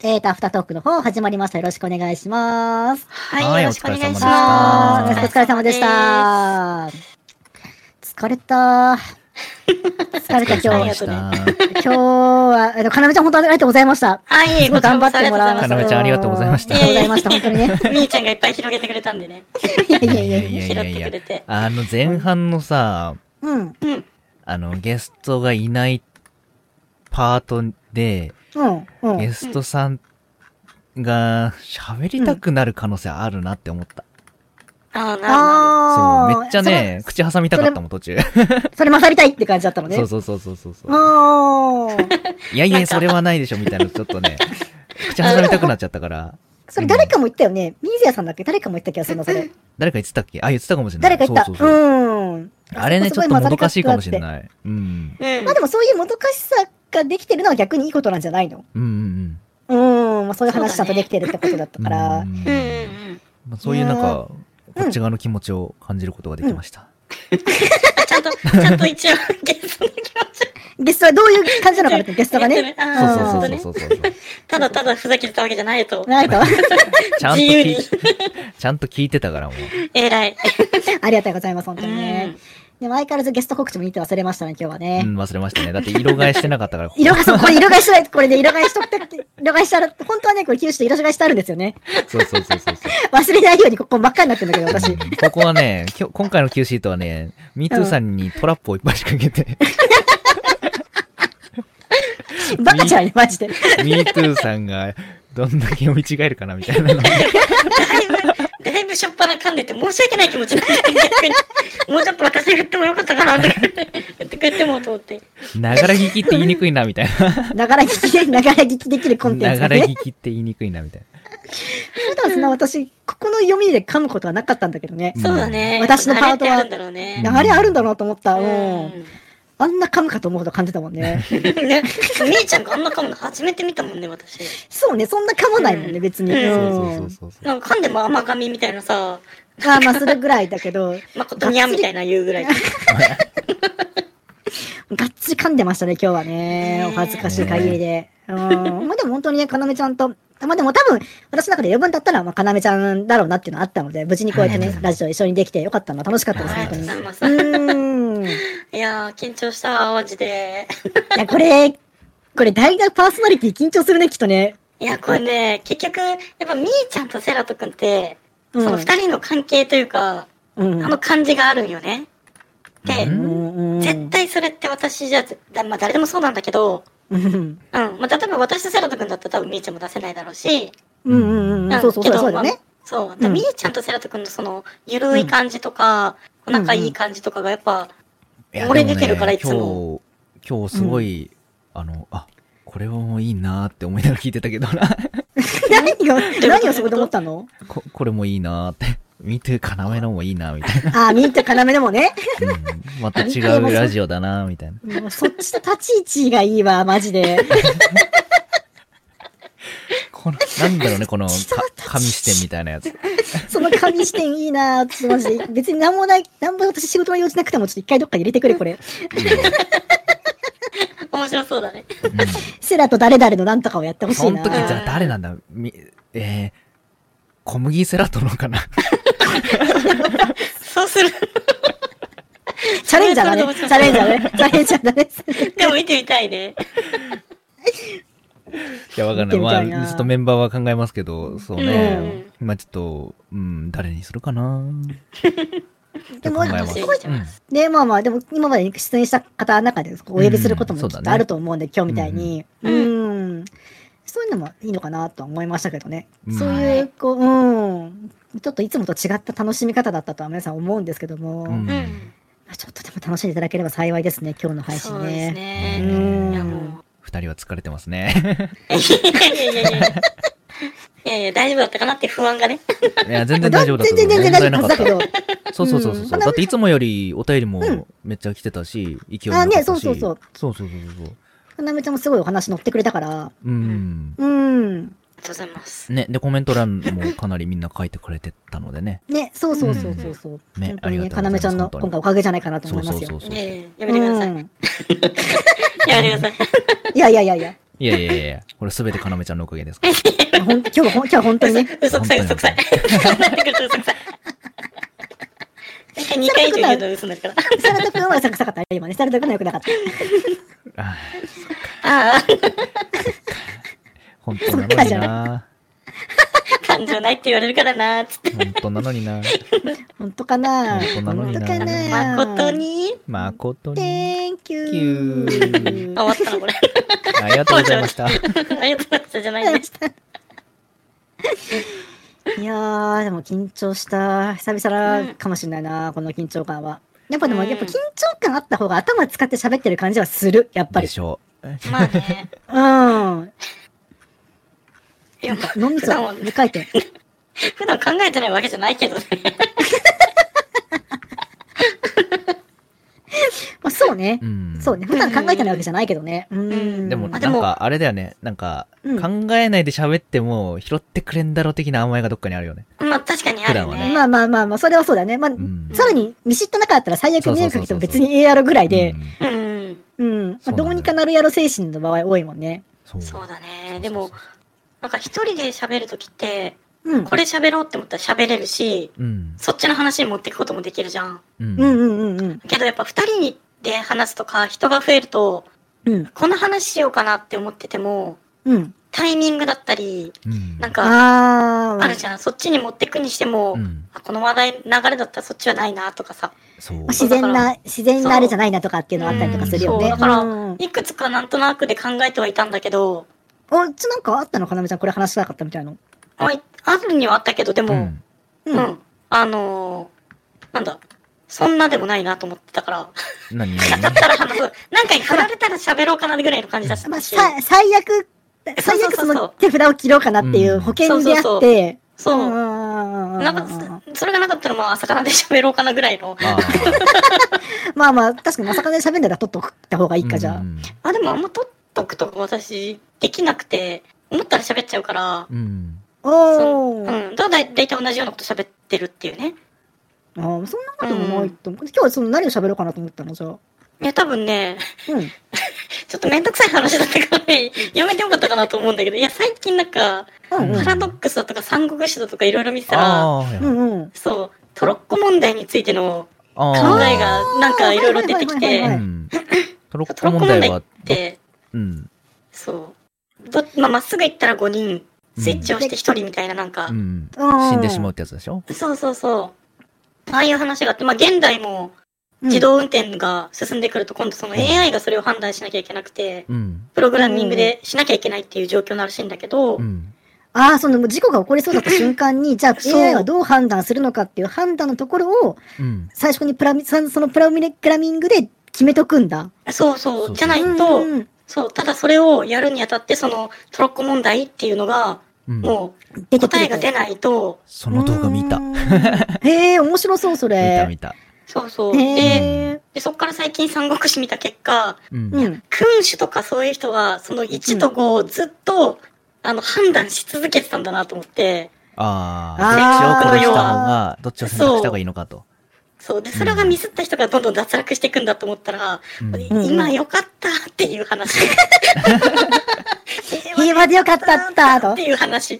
えーと、アフタートークの方始まりました。よろしくお願いします。はい、はいよろしくお願いしあまあーす。ーお疲れ様でし。た。疲れた。疲れたお疲れ様今で日し。た。今日は、えっと、かなめちゃん本当にありがとうございました。はいえ、いつも 頑張ってもらいました。かなめちゃんありがとうございましたありがとうございました。本当にね。みーちゃんがいっぱい広げてくれたんで ね。いやいやいいややいや。いやいやい拾ってくやれて。あの、前半のさ、うん。あの、ゲストがいないパートで、うん。うん。ゲストさんが喋りたくなる可能性あるなって思った。ああ、なああ。そう、めっちゃね、口挟みたかったもん、途中。それ。それ勝りたいって感じだったのね。そうそうそうそうそうそう。あーいやいなんや、かそれはないでしょ、みたいな、ちょっ とね、口挟みたくなっちゃったから。それ誰かも言ったよね。ミーゼアさんだっけ誰かも言った気がするの、それ。誰か言ってたっけあ、言ってたかもしれない。誰か言った。そううそうそう。ん。あれね、ちょっともどかしいかもしれい。ない。うん。るまあな。でもそういうもどかしさができてるのは逆にいいことなんじゃないのうんうんうん。まあそういう話ちゃんとできてるってことだったうん。からうん。うう。んんうんうん。まあ、そういうなんいやか、こっち側の気持ちを感じることができました。ちゃんと、ちゃんと一応、ゲストの気持ちゲストはどういう感じなのかなって、ゲストが 言っね。てるうあんーそうそうちゃんとねそうそうそうそう。ただただふざけてたわけじゃないと。なんか、ちゃんと自由に聞い ちゃんと聞いてたからもう。偉い。 ありがとうございます、本当うにねん。でも相変わらずゲスト告知も言って忘れましたね、今日はうね。ん、忘れましたね。だって色替えしてなかったから。色が、そう、これ色替えしないと、これね、色替えしとくって、色替えしてある、本当はね、これ九州で色替えしてあるんですよね。そうそうそうそうそう。忘れないように、ここ真っ赤になってるんだけど、う私。 んここはね、きょ今回の Q シートはね、ミートゥーさんにトラップをいっぱい仕掛けて、 バカじゃんね、マジで。ミートゥーさんがどんだけ読み違えるかなみた いなのをだいぶ、だいぶしょっぱな噛んでて申し訳ない気持ちになって逆にもうちょっと私振ってもよかったかなとか言って、言ってくれてもと思って。ながら聞きって言いにくいなみたいながら聞きで、ながら聞きできるコな。ンテンなツががらね。聞きって言いにくいなみたい普段そんな私、ここの読みで噛むことはなかったんだけどね。うんそうだね。私のパートは慣れてあるんだろうね。流れあるんだろうと思った。うん。ね、あんな噛むかと思うほど感じたもん ね。みーちゃんがあんな噛むの初めて見たもんね、私。そうね、そんな噛まないもんね、別に。な。うんそう。うそうんそうそう。なんか噛んでも甘噛みみたいなさ、まあまあするぐらいだけど、まことにゃんみたいな言うぐらい。がっつり噛んでましたね、今日はねね。えお恥ずかしい限りで。うん。まあでも本当にね、かなめちゃんと、まあでも多分、私の中で余分だったら、まあ、かなめちゃんだろうなっていうのはあったので、無事にこうやってはねい、ラジオ一緒にできてよかったのは楽しかったです、ありがとうご本ざいます当。に。うーん。いいやー、緊張した、マジで。や、これ、これ、大学パーソナリティ緊張するね、きっとね。いや、これね、結局、やっぱみーちゃんとセラト君って、うんその二人の関係というか、うん。あの感じがあるんよね。で、ううんうん絶対それって私じゃ、だまあ誰でもそうなんだけど、うんうん。まあ、例えば私とセラト君だったら多分みーちゃんも出せないだろうし、うんうんうん。そうそうそうだ、そうだよね。。そう。うんみーちゃんとセラト君のその、ゆるい感じとか、ん仲いい感じとかがやっぱ、いや漏れ出でてるからいねつも今日、今日すごい、あの、あ、これはもういいなーって思いながら聞いてたけどな。 何を、何をそこで思ったのこ、これもいいなーって。見て、かなめのもいいなーみたいな。 ああ、ミント要でもね。うん、また違うラジオだなーみたいな。もうそっちと立ち位置がいいわ、マジ で。この、なんだろうね、こ の、か、紙視点みたいなやつ。その紙視点いいなぁ。ちょっとマジで。別になんもない、なんも私仕事の用事なくても、ちょっと一回どっかに入れてくれ、これ。面白そうだね。 セラと誰々のなんとかをやってうほん、しそいのな時、じだゃあ誰なんだみ、えー、小麦セラトのかな そ うする。チャレンジャーだね。チャレンジャーだね。チャレンジャーだ ね。でも見てみたいね。いや、わか見んなてい。みまたあ、いちなょっとメンバーは考えますけど、そうね。まあちょっと、うん、誰にするかなでも、考えます楽しごいみ。にしてますね、まあまあ、でも今までに出演した方の中で、お呼びすることうんもそうきだっねとあると思うんで、今日みたいに。ううんん。そういうのもいいのかなとは思いましたけどね。うんそういう、こう、うん。ちょっといつもと違った楽しみ方だったとは皆さん思うんですけども、ううんうんん。まあちょっとでも楽しんでいただければ幸いですね、今日の配信そうですうね。んいや、もう。二人は疲れてま すね。いやいやいやいや。いやいや、大丈夫だったかなって不安がね。いや、全然大丈夫だと思全う。然全然大丈夫だけど。そうそうそうそうう。んそうだっていつもよりお便りうんもめっちゃ来てたし、勢いも良かったし。あねそうそうそう。そうそうそうそうそう。かなめちゃんもすごいお話乗ってくれたから。うん。うん。ありがとうございます。ね、で、コメント欄もかなりみんな書いてくれてたのでね。ね、そうそうそうそうそう。んね本当にありね、がかとないうござますめちゃんの本当今に回おかげじゃないかなとそ思ういまそうすよ。そうそう。ねえやめてください。うんやめてください。いやいやいやいや。いやいやいやいや、これすべてかなめちゃんのおかげですから。あほん今日はほん、今日は本当にね。嘘くさい、嘘くさい。 嘘く さい。2回以上言うと嘘に なるから。サラダ君はうさくさかったね、今ね。サラダ君は良くなかった。ああー本当なのにな。あ、感情ないって言われるからな、つって。本当なのにな。本当かな本当なのになかな誠。に誠に。 Thank you you. あ、終わったのこれ。ありがとうございました。ありがとうございましたじゃないです。 いやー、でも緊張した。久々かもしれないな、この緊張感は。やっぱでも、うんやっぱ緊張感あった方が頭使って喋ってる感じはする、やっぱでり。しょう。まあね。うん。なんいやか脳みそ普段は無回転。普段考えてないわけじゃないけどね。まあそうねう。ん。そうね。普段考えてないわけじゃないけどね。うん。でも、なあんでもか、あれだよね。なんか、うん考えないで喋っても、拾ってくれんだろ的な甘えがどっかにあるよね。 まあ確かにある普段はね。ねまあまあまあまあ、それはそうだね。まあ、んさらに見知ってなかったら最悪そう迷そう惑かそうけそてうも別にええやろぐらいでう、んうん。うん。まそあうなんどだうにかなるやろ精神の場合多いもんね。そうそうだね。でも、、なんか一人で喋るときって、うん。これ喋ろうって思ったら喋れるし、うん。そっちの話に持っていくこともできるじゃん。うう。んんうんうんけどやっぱ二人で話すとか、人が増えると、うん。うん。この話しようかなって思ってても、うん。タイミングだったり、うん。なんか、あー。あるじゃん。そっちに持っていくにしても、うんあこの話題、流れだったらそっちはないなとかさ、そうまあ。自然な、自然なあれじゃないなとかっていうのがあったりとかするようんね。そうだからうんいくつかなんとなくで考えてはいたんだけど、お、うちなんかあったのかなめちゃん、これ話したかったみたいなの。まあ、あるにはあったけど、でうも、ん。うん、あのーなんだ、そんなでもないなと思ってたから、何だったら話す、なんか振られたら喋ろうかなぐらいの感じだったまあ、し、さ最悪、最悪そそうそうそうの手札を切ろうかなっていう保険であそうそうっそて、そう。ななんか、そそれがなかったら、まあ、朝からで喋ろうかなぐらいの。あまあまあ、確かにまさかで喋るなら取っとくった方がいーいか、じゃあ。あ、でもあんま取っとくと私、できなくて、思ったら喋っちゃうから、うん。おー。うん。だ、だいたい同じようなこと喋ってるっていうね。あーそんなこともないと思う。今日はその何を喋ろうかなと思ったのじゃあ。いや、多分ね、うん。ちょっとめんどくさい話だったからね、やめてよかったかなと思うんだけど、いや、最近なんか、うんうパんラドックスだとか三国志だとかいろいろ見てたら、ああ、や。うんうん。そう、トロッコ問題についてのあ考ーえがなんかいろいろ出てきはいはいはいはいはて、うん。トロットロコッコ問問題題っは、て、うん。そう、どまあ、まっすぐ行ったら5人、スイッチをして1人みたいななんか、うん。うん死んでしまうってやつでしょそうそうそう。ああいう話があって、まあ現代もうん自動運転が進んでくると、今度その AI がそれを判断しなきゃいけなくて、うん。プログラミングでしなきゃいけないっていう状況になるらしいんだけど、うん。ああ、そのもう事故が起こりそうだった瞬間に、じゃあそう AI はどう判断するのかっていう判断のところを、うん。最初にプラミ、そのそのプラミグラミングで決めとくんだ。そうそそうそうう、じゃないと、そう、ただそれをやるにあたって、そのトロッコ問題っていうのが、うん。もう出答えが出い。ないと、その動画見た。う見ーんへえ、面白そう、そたれ。見た。そうそう。へで、え。でそこから最近三国志見た結果、うん。うん。君主とかそういう人は、その1と5をずっと、あの、判断し続けてたんだなと思って、あああ、ーどっちを殺した方が、どっちを選択した方がいいのかと。そう。で、それがミスった人がどんどん脱落していくんだと思ったら、うんん今よかったっていう話。平和でよかった ったとって。いう話。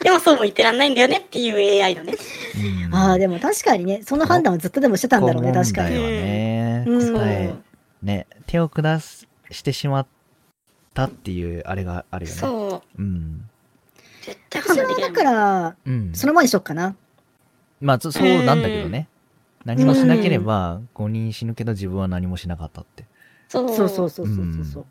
でもそうも言ってらんないんだよねっていう AI のね。うんああ、でも確かにね、その判断をずっとでもしてたんだろうね、ここ確か問に。題はね、うん答え、ね、手を下すしてしまったっていうあれがあるよね。う。そう。ん。絶対判私断はできないだから、うん。その前にしよっかな。まあ、そそうなんだけどね。何もしなければ、5人死ぬけど自分は何もしなかったって。そうそうそうそうそうそうそう。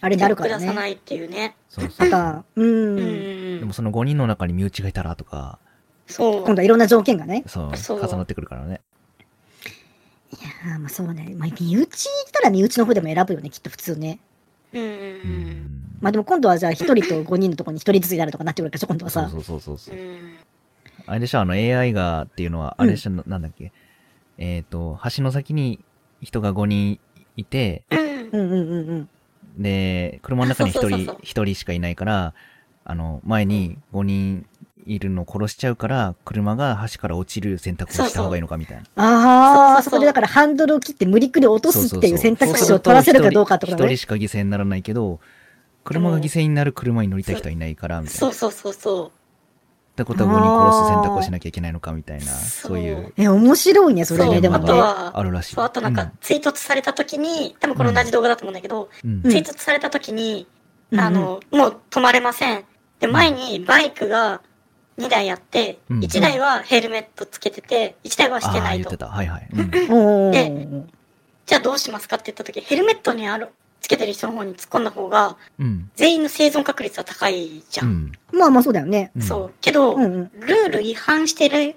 あれになるから手を下さなね。いっていうね。そうそまう。た、う。うんでもその5人の中に身内がいたらとか、そう。今度はいろんな条件がね。そう、そう重なってくるからね。ああ、まあそうね。まあ、身内来たら身内の方でも選ぶよね、きっと普通ね。うんううんん。まあでも今度はじゃあ一人と5人のとこに一人ずつになるとかなってくるから、今度はそさう。そうそうそうそうう。ん。あれでしょ、あの AI がっていうのは、あれでしょ、なんだっけ。えっと、橋の先に人が5人いて、うん。うんうんうんうん。で、車の中に一 そうそうそう人そう、一人しかいないから、あの、前に5人いるのを殺しちゃうから、車が橋から落ちる選択をした方がいいのかみたいな。ああ、そそうそうそうこでだからハンドルを切って無理くり落とすっていう選択肢を取らせるかどうかってこと一人ね。しか犠牲にならないけど、車が犠牲になる車に乗りたい人はいないから、みたいそな。っうそうそうそてことは5人殺す選択をしなきゃいけないのか、みたいな、そうそういうえ、面白いね、それそうね、でもあとねは。あるらしう。い。そうあとなんか、ツイートされた時に、多分これ同じ動画だと思うんだけど、うん、ううんんツイートされた時に、うんあ、の、もう止まれません。で、前にバイクが2台あって、うん1台はヘルメットつけてて、1台はしてあなあ、い言ってと。た。は いはい。うんおでーじゃあどうしますかって言った時、ヘルメットにある、つけてる人の方に突っ込んだ方が、うん。全員の生存確率は高いじゃ。うんん。まあまあそうだよね。うんそう。けど、うんうん。ルール違反してる、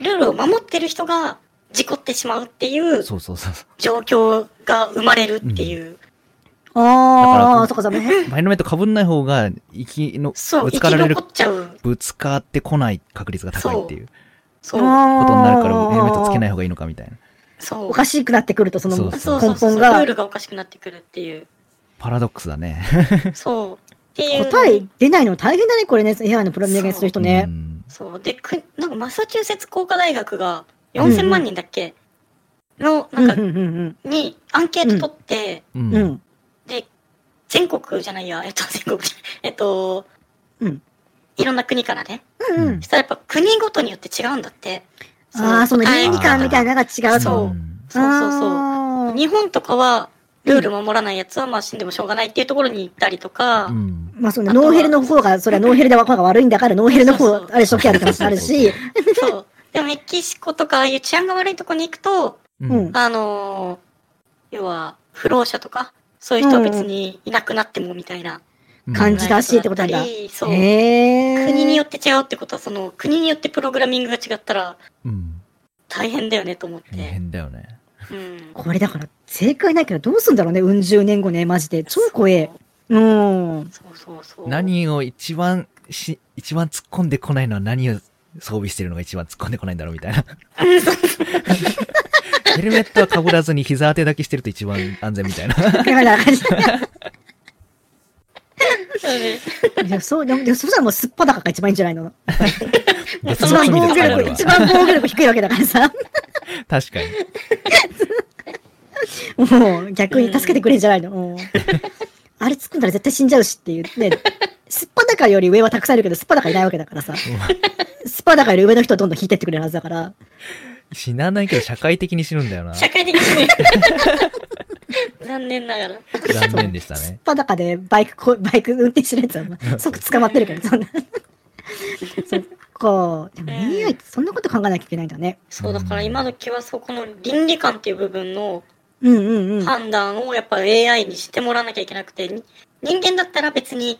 ルールを守ってる人が事故ってしまうっていうそうそうそうそ状況が生まれるっていう。ああ、そだっかそっか。ねう。ヘルメット被んない方が、生きの、そう、ぶ生つかきられる残、っちゃう。ぶつかってこない確率が高いっていうこそう、ことになるから、ヘルメットつけないい。方がいいのかみたいな。そうお。かしくなってくると、そのそ根うそうそうそうそ本うルーが。ルがおかしくなってくるっ ていう。パラドックスだね。そう。っていう。答え出ないの大変だね、これね、AI のプログラミングする人うね。んそう。で、くなんかマサチューセッツ工科大学が4000万人だっけ、の、うん、なうんか、、うんにアンケート取って、う。うん。うんん。で、全国じゃないや、えっと、全国じゃない、えっと、うんいろんな国からね。うんうんそしたらやっぱ国ごとによって違うんだって。ああ、その倫答理え観みたいなのが違うそうと。んそうそうそう。あー日本とかは、ルール守らないやつは、まあ死んでもしょうがないっていうところに行ったりとか、うん。まあそうね、ノーヘルの方が、それはノーヘルで方が悪いんだから、ノーヘルの方そうそう、あれ、初期ある可能性あるし、そう。でもメキシコとか、ああいう治安が悪いとこに行くと、うん。あのー要は、不老者とか、そういう人は別にいなくなってもみたいな感じらしいってことなんだ考え方ったりそう。へー国によって違うってことは、その、国によってプログラミングが違ったらうん。大変だよねと思っ大て。変だよね。うん。これだから、正解ないけど、どうすんだろうね、うん十年後ね、マジで。超怖え。うん。そうそうそう。 何を一番し、一番突っ込んでこないのは何を装備してるのが一番突っ込んでこないんだろうみたい な。ヘルメットは被らずに膝当てだけしてると一番安全 みたいな。だから、いそうねやそう、でも、でもそしたらもう、すっぱだかが一番いいんじゃないの別一の番意味防御で使え力、るわ一。番防御力低いわけだからさ。確かに。も う、逆に助けてくれんじゃないの。うんあれ突っ込んだら絶対死んじゃうしっていうね。すっぱだかより上はたくさんいるけど、すっぱだかいないわけだからさ。すっぱだかより上の人はどんどん引いてってくれるはずだから。死なないけど社会的に死ぬんだよな。社会的に。 残念ながら。残念でしたすっね。ぱだかでバイクこ、バイク運転してるやつは、ま あ即捕まってるけど、そん な。そっか。でも AI ってそんなこと考えなきゃいけないんだね。そうだから今時はそうこの倫理観っていう部分のうんうんうん。判断をやっぱ AI にしてもらわなきゃいけなくて、に人間だったら別に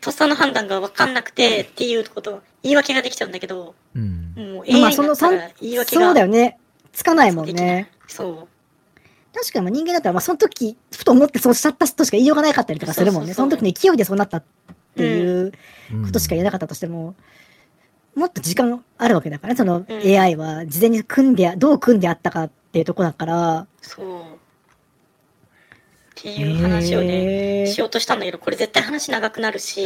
とっさの判断が分かんなくてっていうこと、言い訳ができちゃうんだけど、うん。もうまあ AI そだのった三ら言い訳がそうだよね。つかないもんできないね。。そう。確かにまあ人間だったら、まあその時、ふと思ってそうしちゃったとしか言いようがなかったりとかするもんね。そそうそうそうの時の勢いでそうなったっていううんことしか言えなかったとしても、もっと時間あるわけだからね、そのうん AI は事前に組んで、どう組んであったかっていうとこだから。そう。っていう話をね、へーしようとしたんだけど、これ絶対話長くなるし、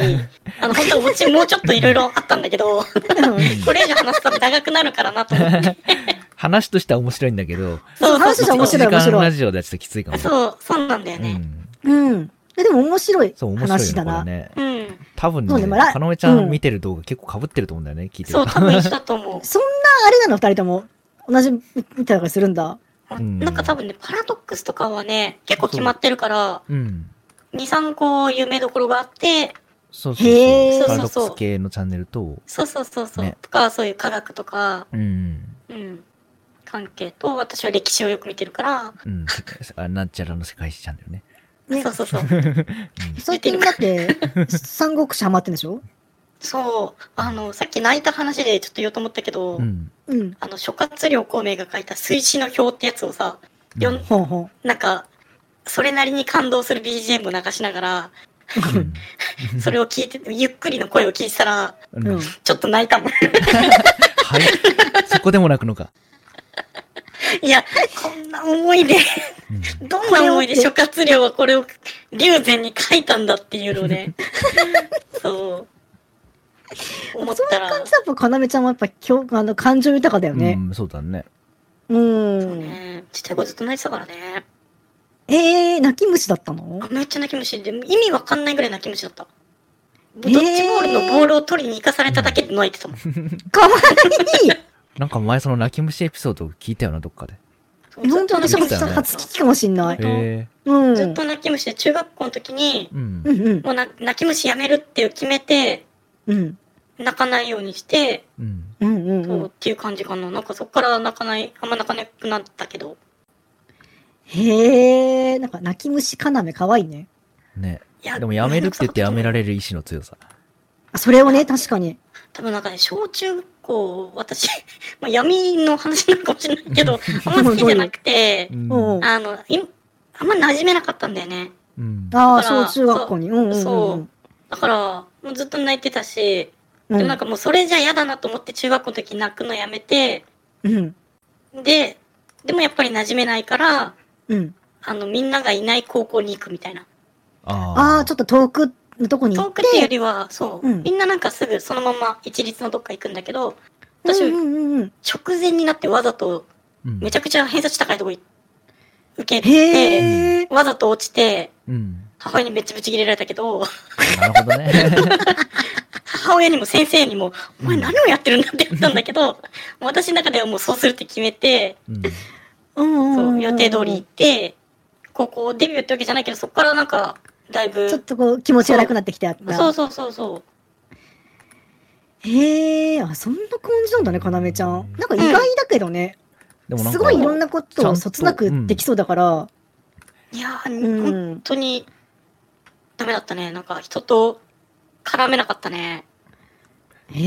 あの、本当はうちもうちょっといろいろあったんだけど、これ以上話すと長くなるからなと思って。話としては面白いんだけど、そう話としては面1時白い面間白ラい。ジオだとちょっときついかも。そう、そうなんだようね。ん。 うん。えでも面白いそう、面白い話よだね、これな。ね。うん。多分そうね、ねまあかのめちゃうんん見てる動画結構被ってると思うんだよね、聞いてそるう、多分一緒だと思う。そんなあれなの、二人とも。同じみたいなのがするんだ。うんなんか多分ね、パラドックスとかはね、結構決まってるから、うん。 2、3個有名どころがあって、そうそうへそーう。パラドックス系のチャンネルと、そうそうそうそう、ねとか、そういう科学とか、うん。うん、関係と、私は歴史をよく見てるから、うん。あなんちゃらの世界史チャンネルね。ねそうそうそう。最近だって、三国志ハマってんでしょそう、あの、さっき泣いた話でちょっと言おうと思ったけど、うん。うん。あの、諸葛亮孔明が書いた水死の表ってやつをさ、よんうんほうほなんか、それなりに感動する BGM を流しながら、うんそれを聞いて、ゆっくりの声を聞いてたら、う。ううんん。ちょっと泣いたもん。 はい。そこでも泣くのか。いや、こんな思いで、うんどんな思いで諸葛亮はこれを龍禅に書いたんだっていうのね。そう。思っそういたうら。感じだと、かなめちゃんはやっぱ、きょあの感情豊かだよね。うん、そうだね。うん。ねちっちゃい子ずっと泣いてたからね。えー、泣き虫だったのめっちゃ泣き虫で、意味わかんないぐらい泣き虫だった。ドッジボールのボールを取りに行かされただけで泣いてたもん。かわいいなんか前その泣き虫エピソード聞いたよな、どっかで。本当に私ずっもとそうだね初聞きかもしんない。へうん。ずっと泣き虫で、中学校の時にえ。、うんう。んうん。もうな泣き虫やめるっていう決めて、うん。泣かないようにして、うん。うんうんそううんっていう感じかな。なんかそこから泣かない、あんま泣かなくなったけど。へえ、なんか泣き虫かなめかわいいね。ね。いやでもやめるって言ってやめられる意志の強さ。あ、それをね、確かに。 多分なんかね、小中高、私、 まあ、闇の話なのかもしれないけど、あんま好きじゃなくてう、うんん。あの、いあんま馴染めなかったんだよね。うん。ああ、だから小中学校に。うんうんうん。そうだから、もうずっと泣いてたし、うでもなんん。かもうそれじゃ嫌だなと思って中学校の時泣くのやめて、うん。で、でもやっぱり馴染めないから、うん。あの、みんながいない高校に行くみたいな。あああ、ちょっと遠くのとこに行遠っくっていうよて。りは、そう、うんみんななんかすぐそのまま一律のどっか行くんだけど、うん私、うんうんうん。直前になってわざとうん。めちゃくちゃ偏差値高いとこに受けて、へえ。わざと落ちて、うん。母親にめっちゃぶち切れられたけど、 なるほ どね。母親にも先生にも、お前何をやってるんだって言ったんだけ ど、私の中ではもうそうするって決めて、うん。うんうんうんそうう、ん。予定通り行って、高校デビューってわけじゃないけど、そこからなんか、だいぶ、ちょっとこう、気持ちが楽になってきてあった。そうそうそうそう。へえ、あ、そんな感じなんだね、かなめちゃん。なんか意外だけどね。でもなんか、すごいいろんなこちゃとんをとそつなくできそうだから。いやー、うん本当にダメだったね。なんか人と絡めなかったね。へ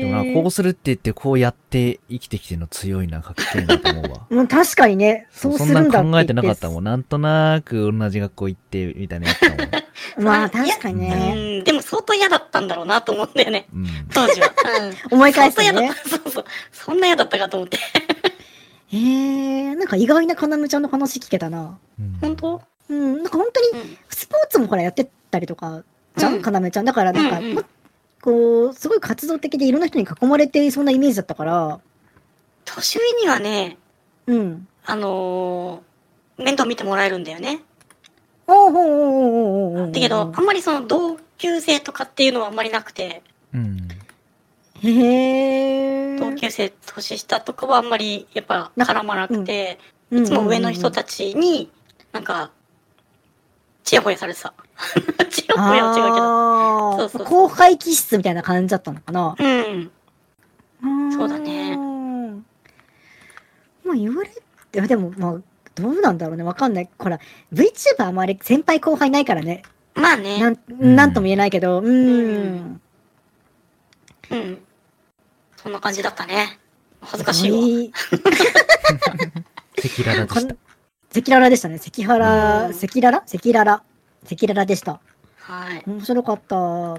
でえ。もなんかこうするって言って、こうやって生きてきてるの強いな、かっけえなと思うわ。うん、確かにね、 そうするそんんだなって言ん考えてなかったもん。ん。なんとなく同じ学校行って、みたいなやつだもん。まあ確かにうね。ん、でも相当嫌だったんだろうなと思うんだよね。うん。当時は。 うん思い返相すと当嫌だねっ。た。そうそう。そんな嫌だったかと思って。へえ、なんか意外なかなめちゃんの話聞けたな。うん本当うん、なんか本当にうん。スポーツもほらやってたりとか、じゃうんん、かなめちゃん。だからなんか、うんうんもこう、すごい活動的でいろんな人に囲まれていそうなイメージだったから、年上にはね、うん。あのー面倒見てもらえるんだよね。おうおうおうおうおうおうおうだけど、あんまりその同級生とかっていうのはあんまりなくて、うん。へえ。同級生、年下とかはあんまりやっぱ絡まなくて、いいつも上の人たちに、なんか、ちやほやされてた。 ちやほやは違うけど。あそうあそうそう後輩気質みたいな感じだったのかな。うん。そうだねまあ言われて、でもまあ、どうなんだろうね。わかんない。ほら、VTuber あまり先輩後輩ないからね。まあなね。ん、なんとも言えないけど、うーん。うん。そんな感じだったね。恥ずかしいわ。い赤裸々でした。赤裸々でしたね。赤裸々、うん赤裸々赤裸々。赤裸々でした。はい。面白かった。あ、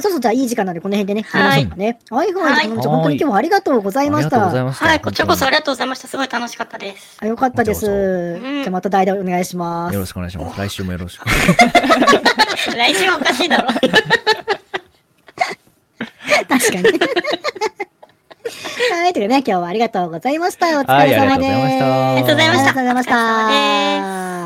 そうそう、じゃあいい時間なんでこの辺でね、切りましょうかね。はい、はい、はいじゃあ本当に今日はありがとうござあいりましがとうございた。ました。はい、こちらこそあ本りがとうございました。すごい楽しかったです。 あよかったです。こちらこそうんじゃあまた代打お願いしま当にすよろ。しくお願いします。来週もよろしく。来週はおかしいだろ。確かに。はい、ということでね、今日はありがとうございました。お疲れ様です。はいありがとありうございましたがとうございましあたりがとうございました。